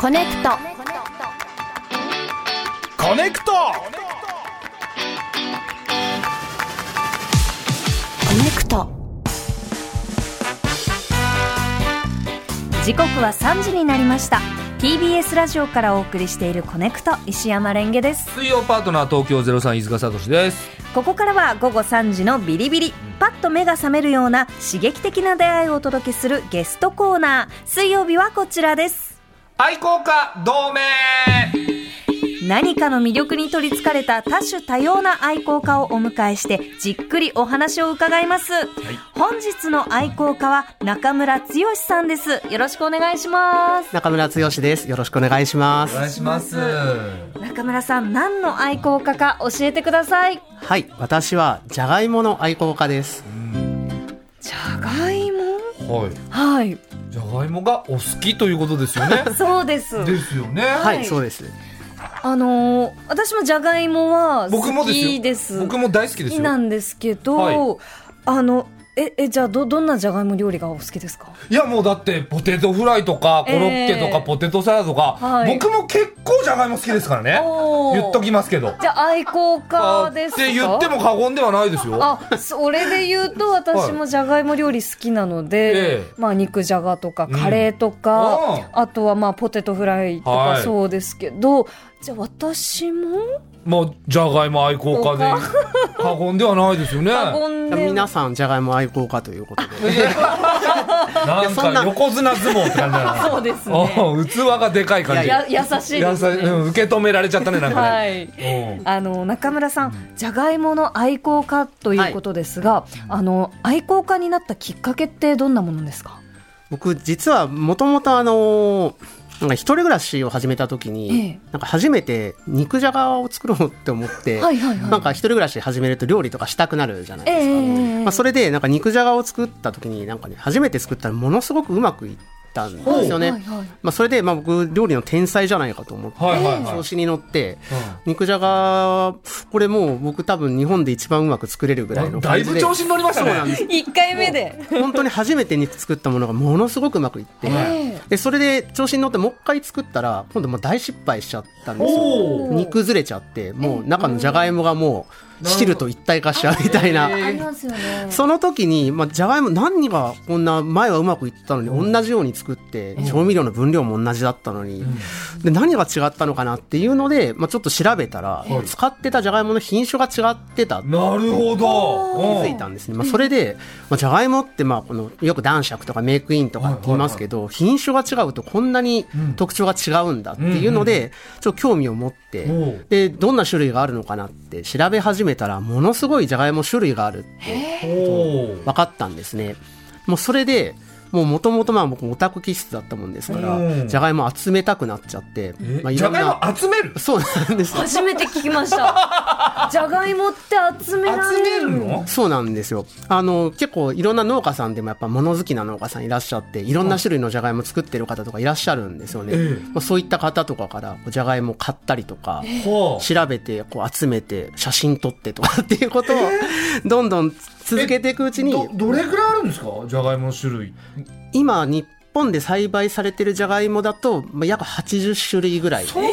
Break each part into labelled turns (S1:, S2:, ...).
S1: コネクト
S2: コネクト
S1: コネクト
S3: 時刻は3時になりました TBS ラジオからお送りしているコネクト石山レンゲです
S2: 水曜パートナー東京ゼロ飯塚聡です
S3: ここからは午後3時のビリビリパッと目が覚めるような刺激的な出会いをお届けするゲストコーナー水曜日はこちらです
S2: 愛好家同盟
S3: 何かの魅力に取りつかれた多種多様な愛好家をお迎えしてじっくりお話を伺います、本日の愛好家は中村剛さんですよろしくお願いします
S4: 中村剛です。よろしくお願いしま
S2: お
S4: す。
S2: 願いします
S3: 中村さん何の愛好家か教えてください
S4: はい、私はじゃがいもの愛好家です。
S3: じゃがいも
S2: はい
S3: はい
S2: じゃがいもがお好きということですよね
S3: そうです
S2: ですよね
S4: はいい、そうです。
S3: あのー私もじゃがいもは
S2: 僕も
S3: 好
S2: ですよ
S3: きです
S2: 僕も大好き
S3: 好
S2: です
S3: き
S2: よ
S3: なんですけど、
S2: はい
S3: あのええじゃあどどんなじゃがいも料理がお好きですか
S2: いやもうだってポテトフライとかコロッケと
S3: え
S2: か
S3: ー
S2: ポテトサラダとか、
S3: はい
S2: 僕も結構じゃがいも好きですからね
S3: おー
S2: 言っときますけど
S3: じゃあ愛好家ですか
S2: って言っても過言ではないですよ
S3: あそれで言うと私もじゃがいも料理好きなので、
S2: ええ
S3: まあ肉じゃがとかカレーとか、
S2: うん
S3: あとはまあポテトフライと
S2: は
S3: か
S2: い
S3: そうですけど、じゃあ私も
S2: まあじゃがいも愛好家で過言ではないですよね
S3: 過言で
S4: 皆さんじゃがいも愛好家ということで。
S2: なん
S4: そんな
S2: か横綱相撲って感じだな
S3: そうですね
S2: うん器がでかい感じ
S4: いや
S3: や優しい
S2: や
S3: です
S2: さ
S3: ね
S2: うん受け止められちゃったねなんか
S3: は
S2: ね、
S3: い
S2: うん
S3: あの中村さん、じゃがいもの愛好家ということですが、あの愛好家になったきっかけってどんなものですか。
S4: 僕実はもともとあのなんか一人暮らしを始めた時に、
S3: ええ
S4: なんか初めて肉じゃがを作ろうって思って、
S3: はいはいはい
S4: なんか一人暮らし始めると料理とかしたくなるじゃないですか。
S3: ええええ
S4: まあ、それでなんか肉じゃがを作った時になんかね初めて作ったらものすごくうまくいったんですよね。
S3: はいはい
S4: まあ、それでまあ僕料理の天才じゃないかと思って、
S2: はいはいはい
S4: 調子に乗って、肉じゃがこれもう僕多分日本で一番うまく作れるぐらい
S2: うん
S4: の
S2: だ
S4: 感
S2: い
S4: じ
S2: ぶ
S4: で
S2: 調子に乗りましたね
S3: 一回目で。
S4: 本当に初めて肉作ったものがものすごくうまくいって、
S3: え
S4: でそれで調子に乗ってもう一回作ったら今度もう大失敗しちゃったんですよ
S2: おお
S4: 煮崩れちゃってもう中のじゃがいもがもう汁と一体化しちゃうみたいな。
S3: ありますよね。
S4: その時に、まあ、じゃがいも何がこんな前はうまくいってたのに同じように作って、調味料の分量も同じだったのに、で何が違ったのかなっていうので、まあ、ちょっと調べたら、使ってたじゃがいもの品種が違ってたって
S2: なるほど
S4: 気づいたんですね、まあ、それで、まあ、じゃがいもって、まあ、このよく男爵とかメイクインとかって言いますけど、品種が違うとこんなに特徴が違うんだっていうので、ちょっと興味を持って、
S2: おう
S4: でどんな種類があるのかなって調べ始めたらものすごいじゃがいも種類があるって
S2: うんおー
S4: 分かったんですね。もうそれでもうもともとまあ僕オタク気質だったもんですか
S2: う
S4: ら
S2: ん
S4: じゃがいも集めたくなっちゃって、
S2: え
S4: まあ、
S2: じゃがいも集める
S4: そうなんです
S3: 初めて聞きました。じゃがいもって集めら
S2: 集
S3: れ
S2: め
S3: る
S2: るの
S4: そうなんですよあの結構いろんな農家さんでもやっぱ物好きな農家さんいらっしゃっていろんな種類のじゃがいも作ってる方とかいらっしゃるんですよね、
S2: ええ
S4: まあ、そういった方とかからじゃがいも買ったりとか、
S2: はあ
S4: 調べてこう集めて写真撮ってとかっていうことをどんどん続けていくうちに
S2: どどれぐらいあるんですかじゃがいもの種類
S4: 今日本で栽培されてるじゃがいもだと、まあ、約80種類ぐらいそう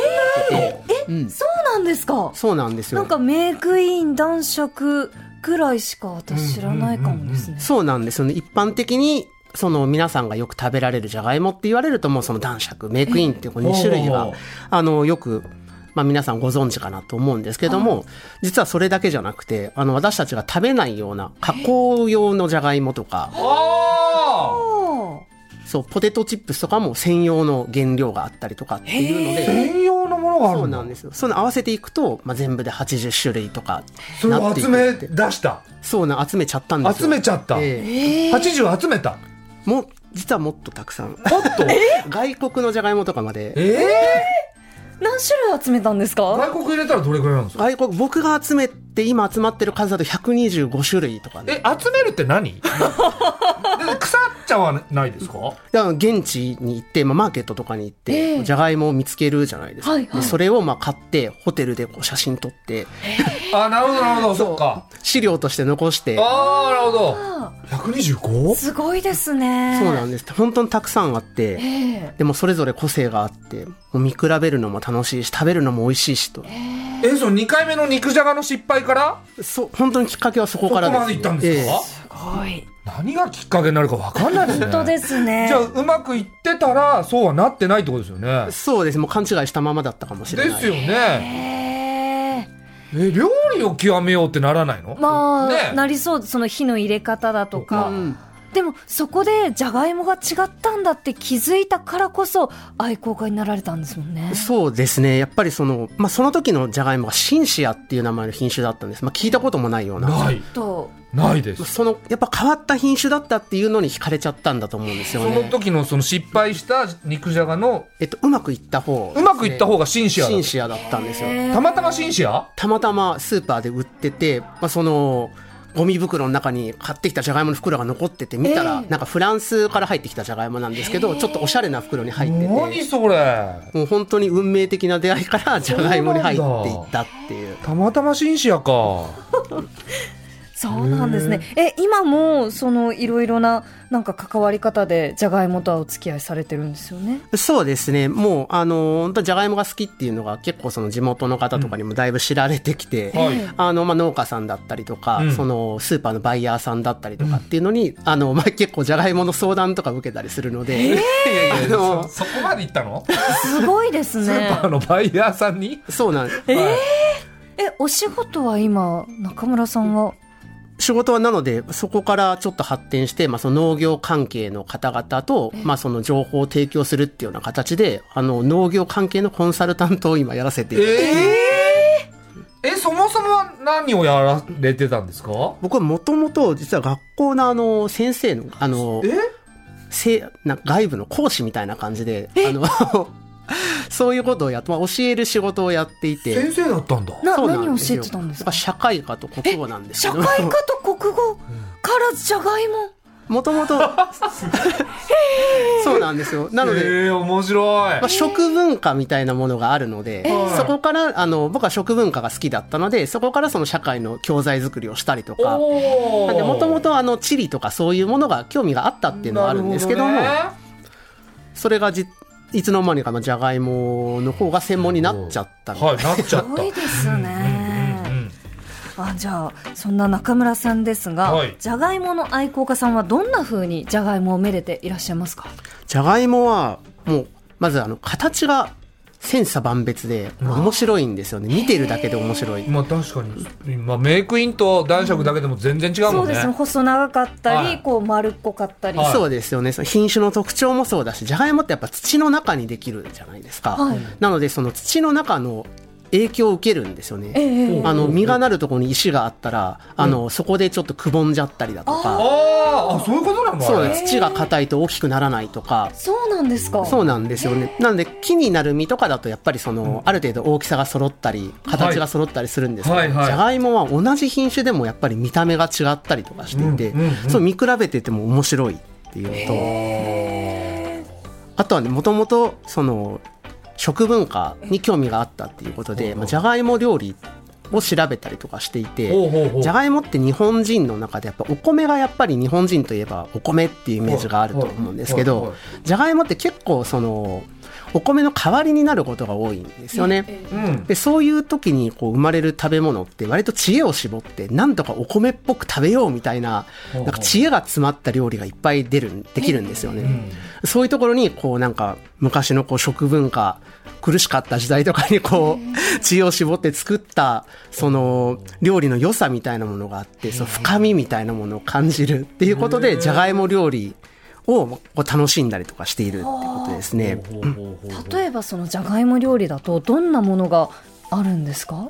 S3: そうなんですか。
S4: なんですよ
S3: なんかメイクイン男爵ぐらいしか私知らないかもですね。
S4: そうなんですよね一般的にその皆さんがよく食べられるじゃがいもって言われるともうその男爵メイクインっていうこう2種類
S2: お
S4: が
S2: ー
S4: あのよく、まあ、皆さんご存知かなと思うんですけども実はそれだけじゃなくてあの私たちが食べないような加工用のじゃがいもとか
S2: あ
S4: そうポテトチップスとかも専用の原料があったりとかっていうの
S2: あ
S4: で。
S2: 専用のものがあ
S4: そ
S2: る
S4: うんなん
S2: だ
S4: ですよ。その合わせていくと、まあ、全部で80種類とか
S2: それ
S4: なっ
S2: を
S4: てい
S2: 集
S4: く
S2: め
S4: って。
S2: 出した
S4: そうなん、集めちゃったんです
S2: 集
S4: よ。
S2: めちゃった
S4: ええ
S2: 80集めた
S4: もう、実はもっとたくさん。
S2: もっと
S4: 外国のじゃがいもとかまで。
S2: ええ
S3: 何種類集めたんですか。
S2: 外国入れたらどれぐらいなんですか
S4: 外国、僕が集めて、今集まってる数だと125種類とかね。
S2: え集めるって何で腐っっちゃはないですか
S4: だから現地に行って、まあ、マーケットとかに行って、
S1: ええ
S4: じゃがいもを見つけるじゃないですか、
S1: はいはい
S4: でそれをまあ買ってホテルでこう写真撮って
S2: あなるほどなるほどそっか
S4: 資料として残して
S2: ああなるほど
S1: あ
S2: 125?
S3: すごいですね。
S4: そうなんです本当にたくさんあって、
S1: ええ
S4: でもそれぞれ個性があってもう見比べるのも楽しいし食べるのも美味しいしと、
S2: えその2回目の肉じゃがの失敗から
S4: そう本当にきっかけはそこから
S2: ここまで行ったんですか、
S1: すごい。
S2: 何がきっかけになるかわかんないですね
S3: 本当ですすね。
S2: じゃあうまくいってたらそうはなってないってことですよね
S4: ええそうですもう勘違いしたままだったかもしれ
S2: で
S4: ない
S2: すよね
S3: へー
S2: え料理を極めようってならないの
S3: まあ、
S2: ね
S3: なりそう、その火の入れ方だとか。
S4: うん
S3: でも、そこで、じゃがいもが違ったんだって気づいたからこそ、愛好家になられたんですもんね。
S4: そうですねやっぱりその、まあ、その時のじゃがいもがシンシアっていう名前の品種だったんです、まあ、聞いたこともないような
S2: ない
S3: と、
S2: ないです
S4: そのやっぱ変わった品種だったっていうのに惹かれちゃったんだと思うんですよ
S2: その
S4: ね。
S2: 時のその失敗した肉じゃがの
S4: えっと、うまくいった方、
S2: うまくいった方がシンシア
S4: シ
S2: だ
S4: ンシアだったんですよ。
S2: たまたまシンシア
S4: たまたまスーパーで売ってて、まあ、そのゴミ袋の中に買ってきたじゃがいもの袋が残ってて見たら、なんかフランスから入ってきたじゃがいもなんですけど、ちょっとおしゃれな袋に入ってて
S2: 何それ
S4: もう本当に運命的な出会いからじゃがいもに入っていったっていう。
S2: たまたまシンシアか
S3: そうなんですね。え、今も、その、いろいろな、なんか関わり方で、じゃがいもとはお付き合いされてるんですよね。
S4: そうですね。もう、あの、本当じゃがいもが好きっていうのが結構その地元の方とかにもだいぶ知られてきて、
S2: はい
S4: あの、まあ、農家さんだったりとか、
S2: うん
S4: そのスーパーのバイヤーさんだったりとかっていうのに、あの、まあ、結構じゃがいもの相談とか受けたりするので、あの、
S2: そこまで行ったの
S3: すごいです
S2: スー
S3: ね。
S2: パーのバイヤーさんに、
S4: そうなんです。
S2: はい
S3: え、お仕事は今、中村さんは、
S4: 仕事はなので、そこからちょっと発展して、まあ、その農業関係の方々と、まあ、その情報を提供するっていうような形で、あの、農業関係のコンサルタントを今やらせていただいて
S2: えー、えそもそもは何をやられてたんですか
S4: 僕はもともと実は学校のあの先生のあの
S2: え
S4: せな外部の講師みたいな感じであの そういうことをやって、まあ、教える仕事をやっていて
S2: 先生だったんだ
S3: な、
S4: そうな
S3: 何
S4: ん
S3: を
S4: です
S3: 教え
S4: よ
S3: てたんです
S4: ま
S3: か
S4: あ社会科と国語なんですけ
S3: 社
S4: ど
S3: 会 科と国語からじゃがいも。
S4: もともと そうなんですよなので、
S2: えー、面白い
S4: まあ、食文化みたいなものがあるので、
S2: ー
S4: そこからあの僕は食文化が好きだったのでそこからその社会の教材作りをしたりとか
S2: おー
S4: もともとあの地理とかそういうものが興味があったっていうのはあるんですけども。
S2: なるほ
S4: それがじいつの間にかのじゃがいもの方が専門になっちゃったみた
S2: ど
S4: い
S2: ねはいなっちゃ
S3: す
S2: っ
S3: ごいです
S2: た、う
S3: ね。
S2: ん、
S3: あじゃあそんな中村さんですが、
S2: はい
S3: じゃがいもの愛好家さんはどんな風にじゃがいもをめでていらっしゃいますか
S4: じゃがいもはもうまずあの形が千差万別で面白いんですよね見てるだけで面白い
S2: まあ確かに、まあ、メイクインと男爵だけでも全然違う
S3: そ
S2: も
S3: うん
S2: ね
S3: ですね細長かったり、
S2: はい
S3: こう丸っこかったり、
S2: はい
S4: そうですよねその品種の特徴もそうだしじゃがいもってやっぱ土の中にできるじゃないですか、
S3: はい
S4: なのでその土の中の影響を受けるんですよね、
S3: ええ
S4: あの実がなるところに石があったらあのそこでちょっとくぼんじゃったりだとか
S2: あーあそういうことなの
S4: そう
S2: あ
S4: なん
S2: れ
S4: です土が硬いと大きくならないとか
S3: そうなんですか
S4: そうなんですよね。なので木になる実とかだとやっぱりその、ある程度大きさが揃ったり形が揃ったりするんですけど、
S2: はいはい
S4: じゃがいもは同じ品種でもやっぱり見た目が違ったりとかしていて、
S2: うんうんうん
S4: そう見比べてても面白いっていうのと、あとはねもともとその食文化に興味があったっていうことで、まあ、じゃがいも料理を調べたりとかしていて。
S2: ほうほうほう
S4: じゃがいもって日本人の中でやっぱお米がやっぱり日本人といえばお米っていうイメージがあると思うんですけ
S2: はい
S4: ど
S2: はい
S4: じゃがいもって結構そのお米の代わりになることが多いんですよね。
S2: うん
S4: でそういう時にこう生まれる食べ物って割と知恵を絞ってなんとかお米っぽく食べようみたいな
S2: ほう
S4: なんか知恵が詰まった料理がいっぱい出るんできるんですよね。そういうところにこうなんか昔のこう食文化苦しかった時代とかにこう知恵を絞って作ったその料理の良さみたいなものがあってその深みみたいなものを感じるっていうことでじゃがいも料理をこう楽しんだりとかしているってことですね。
S2: ほうほうほう
S3: 例えばそのじゃがいも料理だとどんなものがあるんですか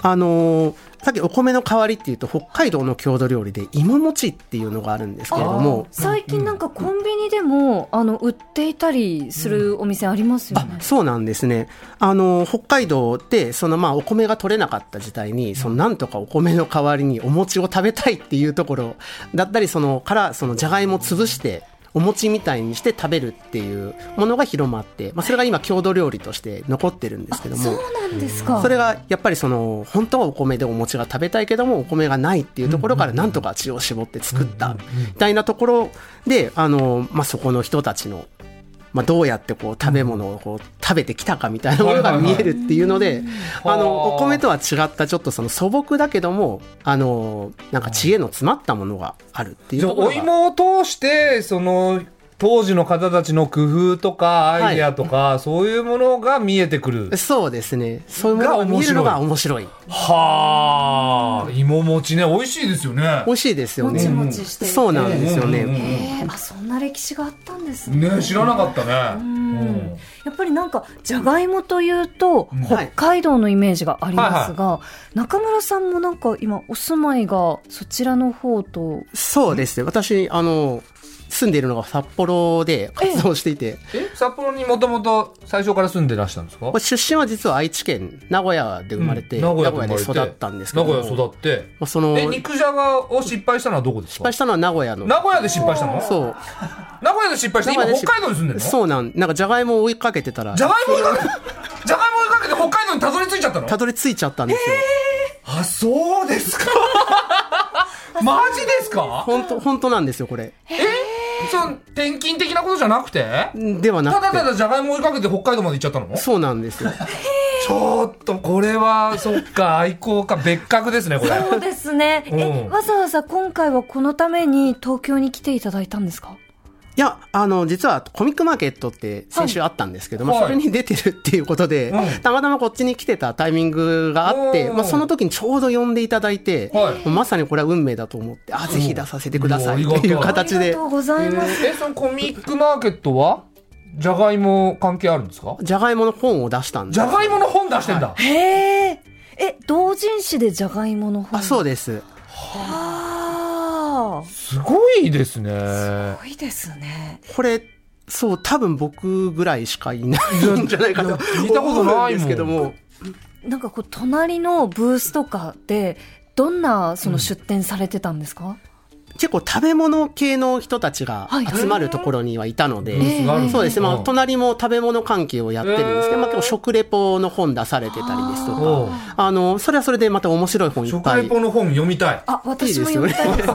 S4: あのーさっきお米の代わりっていうと北海道の郷土料理で芋餅っていうのがあるんですけれども
S3: 最近なんかコンビニでも、あの売っていたりするお店ありますよね、
S4: そうなんですね。あの北海道でそのまあお米が取れなかった時代にそのなんとかお米の代わりにお餅を食べたいっていうところだったりそのからそのじゃがいもを潰してお餅みたいにして食べるっていうものが広まって、まあ、それが今郷土料理として残ってるんですけども、
S3: そうなんですか。
S4: それがやっぱりその本当はお米でお餅が食べたいけどもお米がないっていうところからなんとか知恵を絞って作ったみたいなところであの、まあ、そこの人たちの、まあ、どうやってこう食べ物をこう食べてきたかみたいなものが見えるっていうの
S2: は
S4: で
S2: い
S4: あ
S2: はい
S4: のお米とは違ったちょっとその素朴だけどもあのなんか知恵の詰まったものがあるっていう
S2: じゃあ
S4: ところ
S2: お
S4: が
S2: 芋を通してその当時の方たちの工夫とか
S4: はい
S2: アイデアとか、そういうものが見えてくる
S4: そうですねそういうものが見えるのが面白い
S2: はあ芋餅ね美味しいですよね
S4: 美味しいですよ
S3: もち
S4: ね
S3: もちしていて。
S4: そうなんですよね、
S2: うんうんうん
S3: ええあそんな歴史があったんですね。
S2: ね知らなかったね
S3: うん
S2: うん
S3: やっぱりなんかじゃがいもというと
S2: ん
S3: 北海道のイメージがありますが、中村さんもなんか今お住まいがそちらの方と
S4: そうですね。私、あの、住んでいるのが札幌で活動していて、
S2: え札幌にもともと最初から住んでらしたんですか
S4: これ出身は実は愛知県、名古屋で生まれて、
S2: うん
S4: 名古屋
S2: で
S4: で
S2: 生まれ
S4: 育
S2: て
S4: ったんですけども、
S2: 名古屋育って
S4: まあ、その、
S2: え
S4: 失
S2: 肉じゃがを失敗したのはどこですか
S4: 敗したのは名古屋の。
S2: 名古屋で失敗したの
S4: そう。
S2: 名古屋で失敗して今
S4: 名古屋で失
S2: 北海道に住んでるの
S4: そうなん、なんかじゃがいもを追いかけてたら
S2: じ、ゃがいも追いかけてじゃがいも追いかけて北海道にたどり着いちゃったの
S4: たどり着いちゃったんですよ。
S2: あそうですかマジですか
S4: 本当本当なんですよ、これ。
S2: えその転勤的なことじゃなくて
S4: ではな
S2: ただた
S4: く
S2: だじゃがいも追いかけて北海道まで行っちゃったの
S4: て、そうなんですよ。
S2: ちょっとこれはそっか愛好家別格ですねこれ
S3: そうですね。
S2: う
S3: え
S2: ん
S3: わざわざ今回はこのために東京に来ていただいたんですか。
S4: いや、あの、実はコミックマーケットって先週あったんですけど、
S2: はい
S4: まあ、それに出てるっていうことで、
S2: うん
S4: たまたまこっちに来てたタイミングがあって、
S2: うん
S4: まあ、その時にちょうど呼んでいただいて、
S2: はい
S4: もうまさにこれは運命だと思って、あ、ぜひ出させてください
S2: うん
S4: っていう
S3: あ
S4: 形
S3: りが
S4: で
S3: と、うございます。
S2: えそのコミックマーケットはじゃがいも関係あるんですか
S4: じゃがいもの本を出したん
S2: じゃ
S4: で
S2: がいもの本出してんだ、
S3: へえ。え同人誌でじゃがいもの本。
S4: あ、そうです。
S3: ああ。す
S2: すごいですね
S3: ごいですね。
S4: これ、そう、多分僕ぐらいしかいないんじゃないかと
S2: や聞いたことないもん
S4: 思うんですけども、
S3: なんかこう隣のブースとかでどんなその出店されてたんですか。
S4: 結構食べ物系の人たちが集まるところにはいたので、
S2: ブースがあるんだ
S4: そうですね、まあ、
S2: ん
S4: 隣も食べ物関係をやってるんですけど、まあ、結構食レポの本出されてたりですと
S2: おう
S4: か、あの、それはそれでまた面白い本いっ
S2: 食
S4: ぱ
S2: レ
S4: い。
S2: ポの本読みたい
S3: あ私も読みたいですね。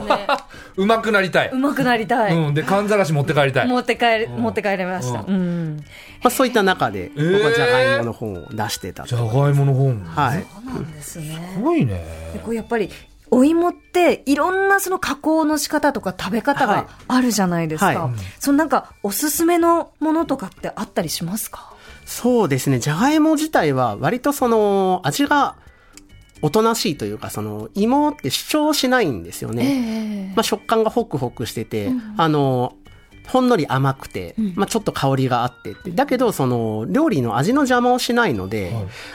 S2: うまくなりたい、
S3: うまくなりたい。
S2: うんで缶ざらし持って帰りたい
S3: 持って帰れ
S2: うん
S3: 持って帰れました。
S2: う
S3: うん。
S4: まあ、そういった中で、僕はじゃがいもの本を出してた
S2: じ。ゃがいもの本
S4: はい。
S3: そうなんですね
S2: す。ごいね
S3: でこうやっぱりお芋っていろんなその加工の仕方とか食べ方
S4: はい
S3: があるじゃないですか、
S4: はい
S3: そのなんかおすすめのものとかってあったりしますか
S4: そうですね、じゃがいも自体は割とその味がおとなしいというか、その芋って主張しないんですよね。
S3: え
S4: まあ、食感がホクホクしてて、あのほんのり甘くて、まあ、ちょっと香りがあってってだけどその料理の味の邪魔をしないので、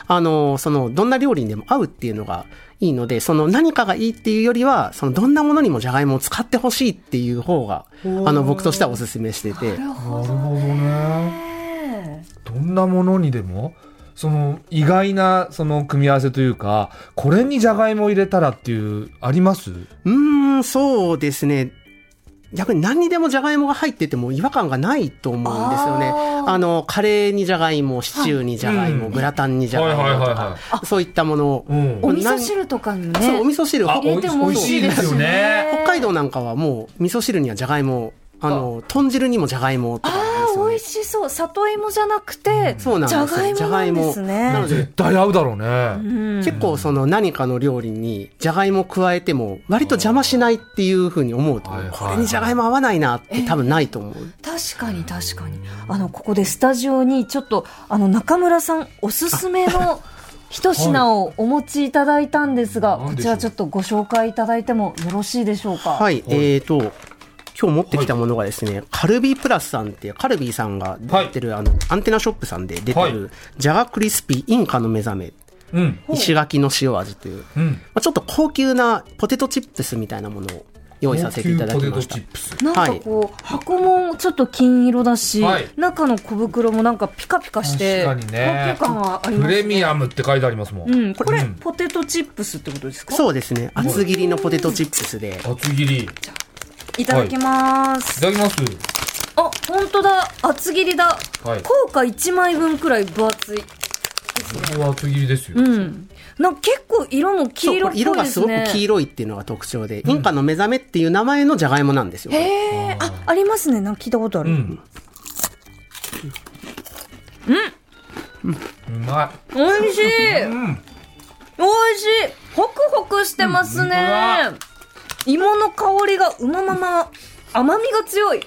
S4: あのそのどんな料理にでも合うっていうのがいいのでその何かがいいっていうよりはそのどんなものにもじゃがいもを使ってほしいっていう方があの僕としてはおすすめしてて
S3: なる
S2: な
S3: ほ
S2: る
S3: ど
S2: ほどね
S3: ね
S2: どんなものにでもその意外なその組み合わせというかこれにじゃがいも入れたらっていうあります
S4: うーんそうですね逆に何にでもじゃがいもが入ってても違和感がないと思うんですよね。
S3: あー
S4: あの、カレーにじゃがいも、シチューにじゃがいも、
S2: うん
S4: グラタンにじゃがいもと
S2: はいはいはい
S4: か、そういったものを
S2: うん
S3: お味噌汁とかにね
S4: そう、お味噌汁。
S2: あ
S3: 入れ
S4: 北
S3: ても
S2: おいしいですよね
S4: 北海道なんかはもう、味噌汁にはじゃがいも、あの、豚汁にもじゃがいもとかありま
S3: あ
S4: すよ
S3: ー
S4: ね
S3: 美味しそう里芋じゃなくて、
S4: そうなんですよ
S3: じゃがいもなんです
S4: じゃがいもな
S3: ね
S4: ので
S2: 絶対合うだろうね
S3: うん
S4: 結構その何かの料理にじゃがいも加えても割と邪魔しないっていうふうに思うと
S2: はいはいはい
S4: これにじゃがいも合わないなって多分ないと思う
S3: 確かに確かにあのここでスタジオにちょっとあの中村さんおすすめの一品をお持ちいただいたんですが、
S2: はい
S3: こちらちょっとご紹介いただいてもよろしいでしょうか
S4: はい、えーと今日持ってきたものがですね、カルビープラスさんっていうカルビーさんが出てる、あのアンテナショップさんで出て
S2: はい
S4: るじゃがクリスピーインカの目覚め
S2: うん
S4: 石垣の塩味という
S2: うん
S4: まあ、ちょっと高級なポテトチップスみたいなものを用意させていただきました
S2: 高級ポテトチップス
S3: なんかこう、箱もちょっと金色だし、
S2: はい
S3: 中の小袋もなんかピカピカして
S2: 確かにね
S3: 高級感はあり
S2: プ
S3: ます
S2: レ
S3: ね
S2: ミアムって書いてありますもん、
S3: うん、これ、
S2: うん
S3: ポテトチップスってことですか
S4: そうですね厚切りのポテトチップスで
S2: 厚切りい
S3: いただきます、
S2: ただきます
S3: 本当だ厚切りだ、
S2: はい
S3: 効果1枚分くらい分厚い
S2: ここは厚切りですよ、
S3: うんなんか結構色も黄色っぽいですね
S4: 色がすごく黄色いっていうのが特徴で、インカの目覚めっていう名前のじゃがいもなんですよ。これ
S3: へえあありますねなんか聞いたことある、
S2: うん。うん。うま
S3: 美味しい、
S2: い。う
S3: 美
S2: ん。
S3: 味しいホクホクしてますね、
S2: うん
S3: 芋の香りがうままま甘みが強い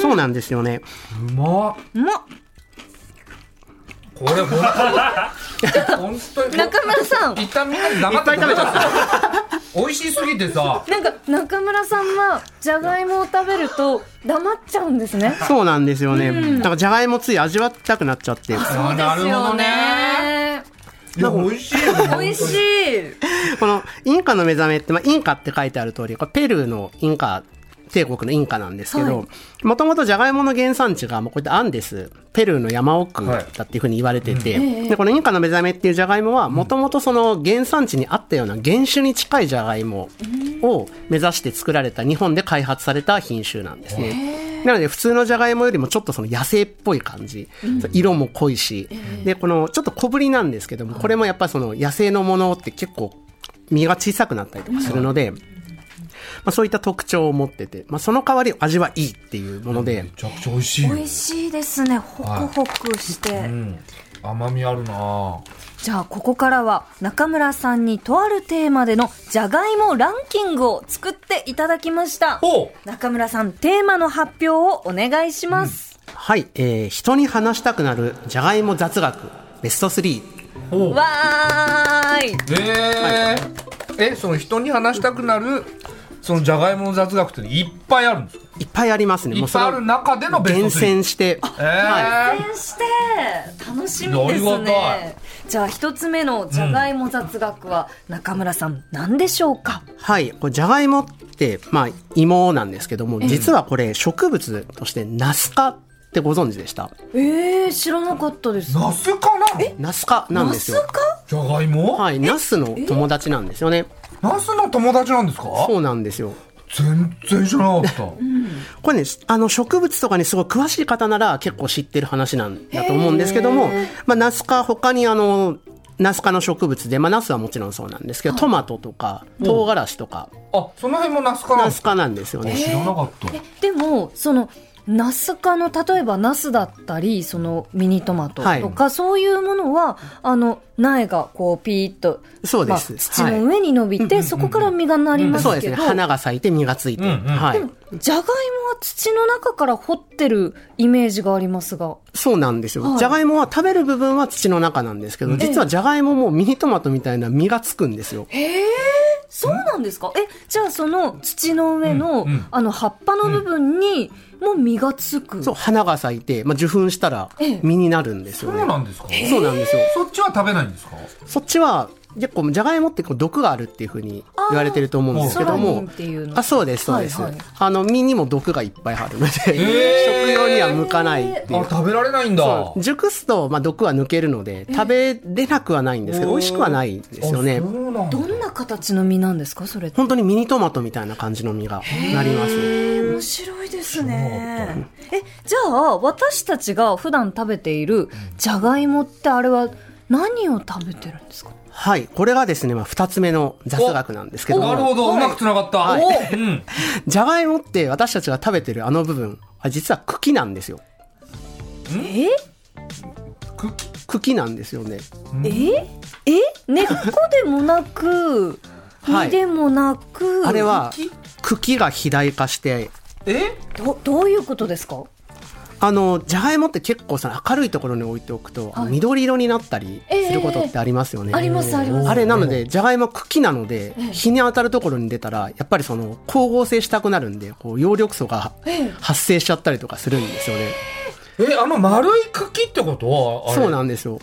S4: そうなんですよね。
S2: うまっ。
S3: うまっ
S2: これ 本当に。本当に。
S3: 中村さん
S2: 一旦みんなで黙って食べちゃ った。美味しすぎてさ。
S3: なんか中村さんはじゃがいもを食べると黙っちゃうんですね
S4: そうなんですよね。なんかじゃがいもつい味わいたくなっちゃって。
S2: あなるほどね。いや美味しいよ。
S3: 美味しい
S4: このインカの目覚めって、まあ、インカって書いてある通り、これペルーのインカ、帝国のインカなんですけ
S3: は
S4: ど、もともとジャガイモの原産地が、もうこういったアンデス、ペルーの山奥だっていうふうに言われてて、でこのインカの目覚めっていうジャガイモは、もともとその原産地にあったような原種に近いジャガイモを目指して作られた日本で開発された品種なんですね。なので普通のジャガイモよりもちょっとその野生っぽい感じ。色も濃いし。で、このちょっと小ぶりなんですけども、これもやっぱりその野生のものって結構身が小さくなったりとかするので、まあ、そういった特徴を持ってて、まあ、その代わり味はいいっていうもので、
S2: めちゃくちゃ美味しいよ
S3: 美。味しいですねホクホクして、
S2: うん。甘みあるな。
S3: じゃあここからは中村さんにとあるテーマでのじゃがいもランキングを作っていただきました
S2: ほう。
S3: 中村さんテーマの発表をお願いします、
S4: はい、えー人に話したくなるじゃがいも雑学ベスト3。
S2: ほう。
S3: わーい
S2: えー、え、その人に話したくなる。そのじゃがいもの雑学っていっぱいあるんですか。
S4: いっぱいありますね。
S2: いっぱいある中でのベ
S4: 厳
S2: スト3。
S4: 選して、はい
S2: えー。
S3: して楽しみで
S2: あ
S3: す
S2: りがた
S3: ねじゃあ一つ目のじゃがいも雑学は中村さん何でしょうか、
S4: はい、これじゃがいもって、まあ、芋なんですけども、実はこれ植物としてナス科ってご存知でした。
S3: えー、知らなかったです
S2: ナスかなの。
S4: ナス科なん
S3: ナ
S4: です
S3: ス
S4: よ。
S3: か
S2: じゃがいも。
S4: はい、ナスの友達なんですよね。
S2: ナスの友達なんですか
S4: そうなんですよ。
S2: 全然知らなかった、
S4: これね、あの植物とかにすごい詳しい方なら結構知ってる話なんだと思うんですけども、まあ、ナス科他にあの、ナス科の植物で、まあ、ナスはもちろんそうなんですけど、トマトとか、唐辛子とか、
S2: あその辺もナスかな
S4: ナス科なんですよね。
S2: 知らなかった、
S3: でもそのナス科の例えばナスだったりそのミニトマト
S4: はい
S3: とか、そういうものはあの苗がこうピーッと
S4: そうで
S3: まあ
S4: す
S3: 土の上に伸びて、そこから実がなります
S4: そうです
S3: け
S4: ね。
S3: ど、
S4: 花が咲いて実がついて。
S2: うんうん
S4: はい。
S3: じゃがいもは土の中から掘ってるイメージがありますが。
S4: そうなんですよ。
S3: はい
S4: じゃがいもは食べる部分は土の中なんですけど、実はじゃがいももミニトマトみたいな実がつくんですよ。
S3: ええそうなんですかえ、じゃあその土の上の、
S2: うんうん
S3: あの葉っぱの部分にもう実がつく。
S4: そう、花が咲いて、まあ、受粉したら
S3: ええ
S4: 実になるんです
S2: そ
S4: よ
S2: う
S4: ね。
S2: なんですか、
S4: そうなんですよ。
S2: そっちは食べないんですか
S4: そっちは結構じゃがいもってこう毒があるっていうふうに言われてると思うんですけど
S3: あーソラニ
S4: も
S3: ンっていうの
S4: あそうですそうです、
S3: はいはい
S4: あの実にも毒がいっぱいあるので、
S2: えー
S4: 食用には向かないっていう
S2: あ食べられないんだ
S4: そう熟すと、まあ、毒は抜けるので食べれなくはないんですけど、
S2: おー
S4: 美味しくはないんですよね
S2: あそうなん
S3: ど
S2: だ
S3: んな形の実なんですかそれって。
S4: 本当にミニトマトみたいな感じの実がなります、
S3: えー面白いですね。え、じゃあ私たちが普段食べているじゃがいもってあれは何を食べてるんですか
S4: はいこれがですね、まあ、2つ目の雑学なんですけど
S2: おなるほ
S4: も
S2: ど、うまくつながった、
S4: はい
S2: おうん、
S4: じゃがいもって私たちが食べてるあの部分あ実は茎なんですよ
S3: え
S2: く
S4: 茎なんですよね
S3: ええ根っこでもなく、
S4: はい
S3: 実でもなく、
S4: あれは茎が肥大化して
S2: え
S3: ど、どういうことですか
S4: あのじゃがいもって結構さ明るいところに置いておくと、緑色になったりすることってありますよね、
S3: ありますあります。
S4: あれなのでじゃがいもは茎なので日に当たるところに出たらやっぱりその光合成したくなるんでこう葉緑素が発生しちゃったりとかするんですよね、
S2: えあの丸い茎ってことあれ
S4: そうなんですよ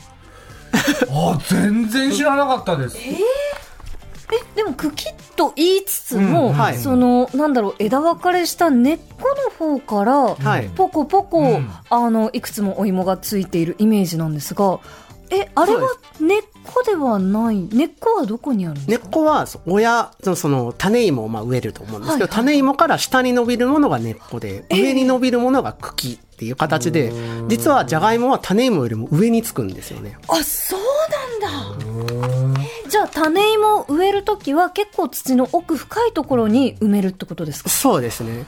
S2: あ全然知らなかったです、
S3: え、でも茎と言いつつも、
S2: うん
S4: はい
S3: その、なんだろう、枝分かれした根っこの方から、
S4: はい
S3: ポコポコ、
S2: うん
S3: あの、いくつもお芋がついているイメージなんですが、え、あれは
S4: そう
S3: 根っこではない根っこはどこにあるんで
S4: 根っ
S3: すか
S4: こはそ親のその種芋をまあ植えると思うんですけど、
S3: はいはい
S4: 種芋から下に伸びるものが根っこで上に伸びるものが茎っていう形で実はじゃがいもは種芋よりも上につくんですよね
S3: あそうなんだえじゃあ種芋を植える時は結構土の奥深いところに埋めるってことですか
S4: そうですね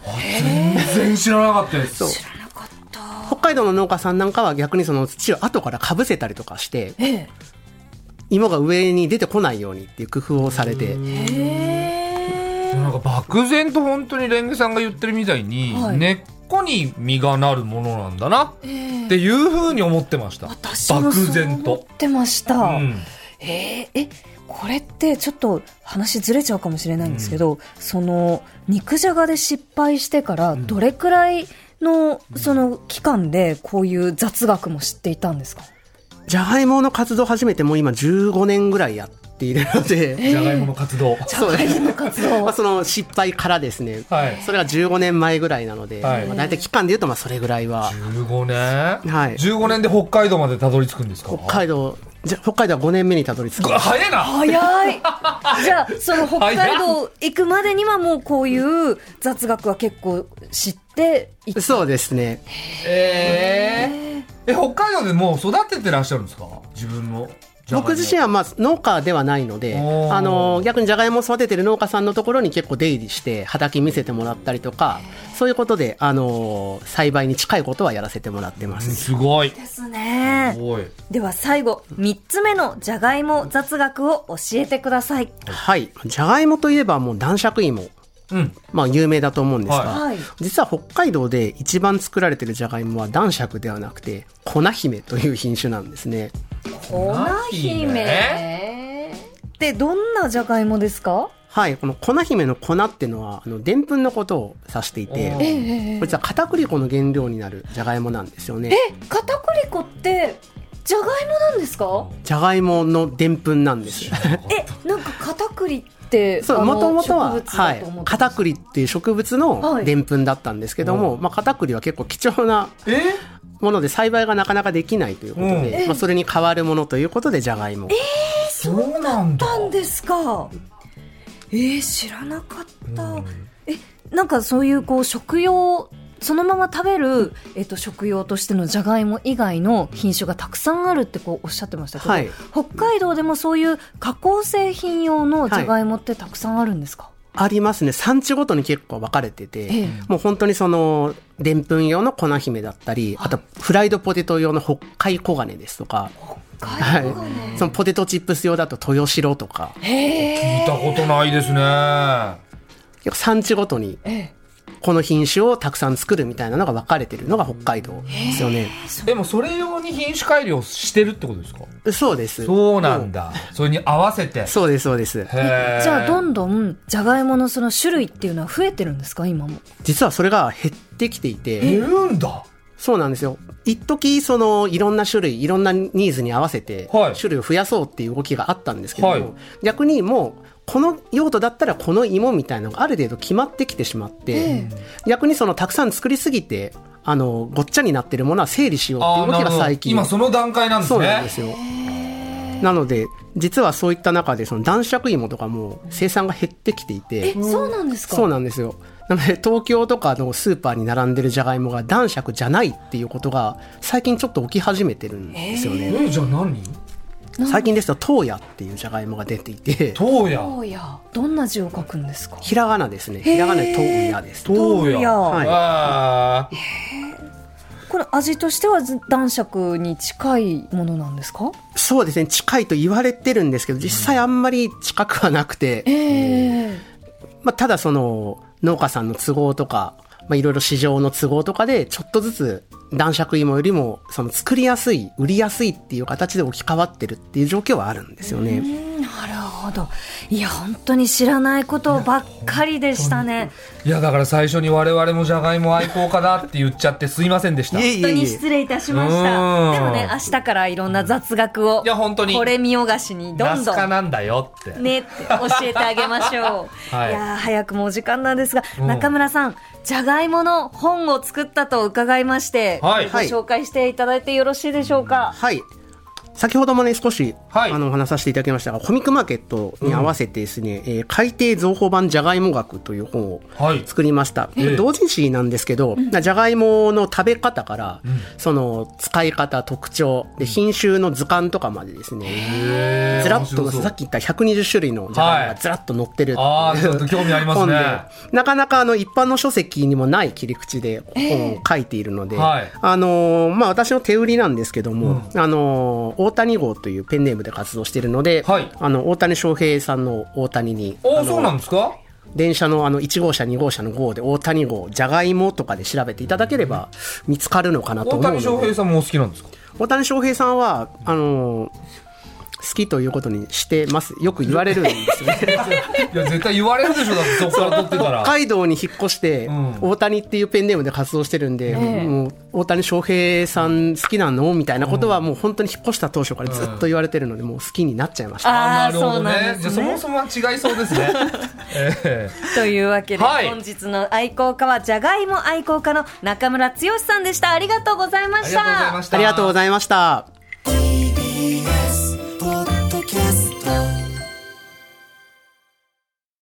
S2: 全然知らなかったです
S4: そう
S3: 知らなかった
S4: 北海道の農家さんなんかは逆にその土を後からかぶせたりとかして
S3: ええ
S4: 芋が上に出てこないようにっていう工夫をされて
S3: へ
S2: なんか漠然と本当にレンゲさんが言ってるみたいに、
S3: はい
S2: 根っこに実がなるものなんだなっ
S3: え
S2: ていうふうに思ってました
S3: 私も
S2: 漠
S3: そう
S2: 然
S3: 思っ
S2: と、
S3: てました、
S2: うん
S3: えーえこれってちょっと話ずれちゃうかもしれないんですけど、その肉じゃがで失敗してからどれくらいのその期間でこういう雑学も知っていたんですか、
S4: じゃがいもの活動を始めてもう今15年ぐらいやっているので
S2: じゃがいもの活動
S4: そうです
S3: の活動
S4: まあ、その失敗からですね、
S2: はい
S4: それが15年前ぐらいなので、
S2: はい
S4: まあ、大体期間でいうとまあそれぐらいは
S2: 15年、
S4: はい
S2: 15年で北海道までたどり着くんですか
S4: 北海道じゃ北海道は5年目にたどり着く
S2: うわ早いな
S3: 早い じゃあその北海道行くまでにはもうこういう雑学は結構知っていて
S4: そうですね
S2: えー、え北海道でもう育ててらっしゃるんですか自分のじゃがいも
S4: 僕自身はまあ農家ではないので
S2: おー
S4: あの逆にじゃがいもを育ててる農家さんのところに結構出入りして畑見せてもらったりとかそういうことであの栽培に近いことはやらせてもらってま
S2: うん
S4: す、
S2: すごい
S3: ですね
S2: すごい
S3: では最後3つ目のじゃがいも雑学を教えてください
S4: はいじゃがいもといえばもう男爵芋
S2: うん
S4: まあ有名だと思うんですが、
S2: は
S3: はい
S4: 実は北海道で一番作られてるじゃがいもは男爵ではなくて粉姫という品種なんですね
S3: 粉姫ってどんなじゃがいもですか
S4: はいこの粉姫の粉っていうのはあのでんぷんのことを指していて
S2: おーえ
S4: これ実は片栗粉の原料になるじゃがいもなんですよね
S3: 片栗粉ってじゃがいもなんですか
S4: じゃがいものでんぷんなんです
S3: えなんか片栗って
S4: そう
S3: あの
S4: もともと
S3: 植
S4: は、
S3: 物
S4: は
S3: だ
S4: い
S3: と思、って
S4: 片栗っていう植物の
S3: はい
S4: でんぷんだったんですけども、
S2: う
S4: まあ、片栗は結構貴重な
S2: え
S4: もので栽培がなかなかできないということで、
S3: うん
S4: まあ、それに代わるものということでじゃがいも
S2: そうなんだ
S3: たんですかえー、知らなかった、えなんかそういうこう食用そのまま食べる、えっと、食用としてのじゃがいも以外の品種がたくさんあるってこうおっしゃってましたけど、
S4: はい
S3: 北海道でもそういう加工製品用のじゃがいもってたくさんあるんですか、
S4: ありますね。産地ごとに結構分かれてて、
S3: ええ
S4: もう本当にその、でんぷん用の粉姫だったり、あと、フライドポテト用の北海黄金ですとか、
S3: 北海道がね
S4: はい。そのポテトチップス用だと豊城とか、
S2: 聞いたことないですね
S4: 結構産地ごとに、この品種をたくさん作るみたいなのが分かれてるのが北海道ですよね。
S2: でもそれ用に品種改良してるってことですか
S4: そうです。
S2: そうなんだそれに合わせて
S4: そうです、そうです。
S2: へー
S3: じゃあどんどんじゃがいものその種類っていうのは増えてるんですか今も
S4: 実はそれが減ってきていて、
S2: いるんだ
S4: そうなんですよ。一時そのいろんな種類、いろんなニーズに合わせて、
S2: はい
S4: 種類を増やそうっていう動きがあったんですけども、
S2: はい
S4: 逆にもう、この用途だったらこの芋みたいなのがある程度決まってきてしまって、逆にそのたくさん作りすぎて、あの、ごっちゃになってるものは整理しようって
S2: あ
S4: い
S2: ー
S4: う動
S2: な
S4: き
S2: る
S4: が
S2: ほど
S4: 最近。
S2: 今その段階なんですね
S4: そうなんですよ。なので、実はそういった中で、その男爵芋とかも生産が減ってきていて。
S3: えそうなんですか
S4: そうなんですよなので東京とかのスーパーに並んでるじゃがいもが男爵じゃないっていうことが最近ちょっと起き始めてるんですよね、
S2: えじゃあ何
S4: 最近ですとトーヤっていうじゃがいもが出ていて
S2: 東野
S3: どうやどんな字を書くんですか
S4: ひらがなですねひらがなでトーヤです
S2: 東
S3: 東野
S2: 野
S4: はい
S2: あー
S3: これ味としてはず男爵に近いものなんですか
S4: そうですね近いと言われてるんですけど実際あんまり近くはなくて、
S3: ええ
S4: まあ、ただその農家さんの都合とかまあいろいろ市場の都合とかでちょっとずつ男爵芋よりもその作りやすい売りやすいっていう形で置き換わってるっていう状況はあるんですよね、
S3: なるほどいや本当に知らないことばっかりでしたね
S2: いやだから最初に我々もじゃがいも愛好家だって言っちゃってすいませんでした
S4: いえ
S2: い
S3: 本
S4: い
S3: 当
S4: えい
S3: に
S4: え
S3: 失礼いたしました
S2: うん
S3: でもね明日からいろんな雑学を
S2: や本当に
S3: これ見よがしにど
S2: ナ
S3: ん
S2: ス
S3: ど
S2: カ
S3: ん
S2: なんだよって
S3: ねって教えてあげまし ょう、
S2: はい
S3: い、やー早くもお時間なんですが、
S2: うん
S3: 中村さんじゃがいもの本を作ったと伺いまして、
S2: はい
S3: ご紹介していただいてよろしいでしょうか、
S4: はい。先ほどもね少し、
S2: はい
S4: あのお話しさせていただきましたがコミックマーケットに合わせてですね、えー海底造法版じゃがいも学という本を
S2: はい
S4: 作りました、
S2: ええ
S4: 同人誌なんですけど、じゃがいもの食べ方から、その使い方特徴で品種の図鑑とかまでですね
S2: へー
S4: ずらっ
S2: 面白
S4: と
S2: そう
S4: さっき言った120種類のじゃがいもがずらっと載ってるっていう
S2: ああちょっと興味あり ます
S4: 本で
S2: ね
S4: なかなかあの一般の書籍にもない切り口で本を書いているので、
S2: はい
S4: あのーまあ、私の手売りなんですけども、あのー大谷号というペンネームで活動しているので、
S2: はい
S4: あの大谷翔平さんの大谷に
S2: お
S4: あ
S2: お
S4: の
S2: そうなんですか
S4: 電車のあの1号車2号車の号で大谷号じゃがいもとかで調べていただければ見つかるのかなと
S2: 大
S4: 思うので
S2: 谷翔平さんもお好きなんですか
S4: 大谷翔平さんはあのー好きということにしてますよく言われるんですね。
S2: いや絶対言われるでしょだってそこから取ってた
S4: 北
S2: ら
S4: 海道に引っ越して、
S2: ん
S4: 大谷っていうペンネームで活動してるんで、もう大谷翔平さん好きなのみたいなことはもう本当に引っ越した当初からずっと言われてるので、もう好きになっちゃいました。
S3: あーそう
S2: ね
S3: なん
S2: じ
S3: で
S2: ゃあ
S3: す
S2: そ
S3: ね
S2: も。そもは違いそうです ねえ
S3: というわけで、
S2: はい
S3: 本日の愛好家はじゃがいも愛好家の中村剛さんでした。ありがとうござい
S2: えありがとうございました
S4: ありがとうございました。
S1: TBS